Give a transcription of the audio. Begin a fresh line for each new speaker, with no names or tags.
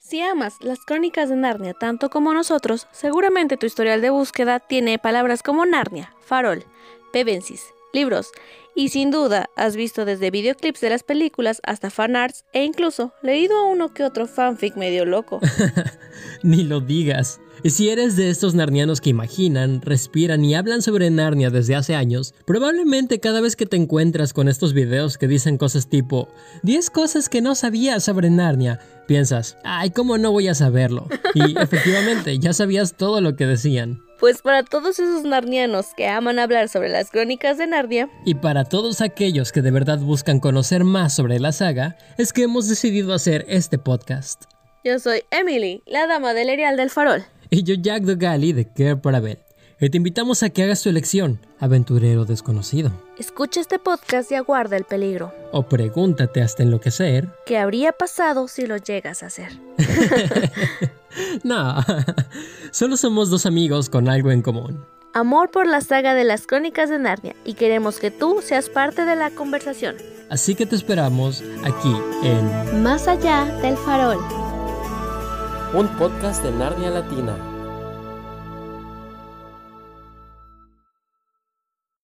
Si amas las crónicas de Narnia tanto como nosotros, seguramente tu historial de búsqueda tiene palabras como Narnia, farol, pebensis, libros, y sin duda has visto desde videoclips de las películas hasta fanarts e incluso leído a uno que otro fanfic medio loco.
Ni lo digas. Si eres de estos narnianos que imaginan, respiran y hablan sobre Narnia desde hace años, probablemente cada vez que te encuentras con estos videos que dicen cosas tipo 10 cosas que no sabías sobre Narnia, piensas, ay, ¿cómo no voy a saberlo? Y efectivamente, ya sabías todo lo que decían.
Pues para todos esos narnianos que aman hablar sobre las crónicas de Narnia,
Y para todos aquellos que de verdad buscan conocer más sobre la saga, es que hemos decidido hacer este podcast.
yo soy Emily, la dama del erial del farol.
Y yo, Jack Dogali, de Care para Bell. Y te invitamos a que hagas tu elección, aventurero desconocido.
Escucha este podcast y aguarda el peligro.
O pregúntate hasta enloquecer.
¿Qué habría pasado si lo llegas a hacer?
No, solo somos dos amigos con algo en común.
Amor por la saga de las crónicas de Narnia y queremos que tú seas parte de la conversación.
Así que te esperamos aquí en
Más allá del farol.
Un podcast de Narnia Latina.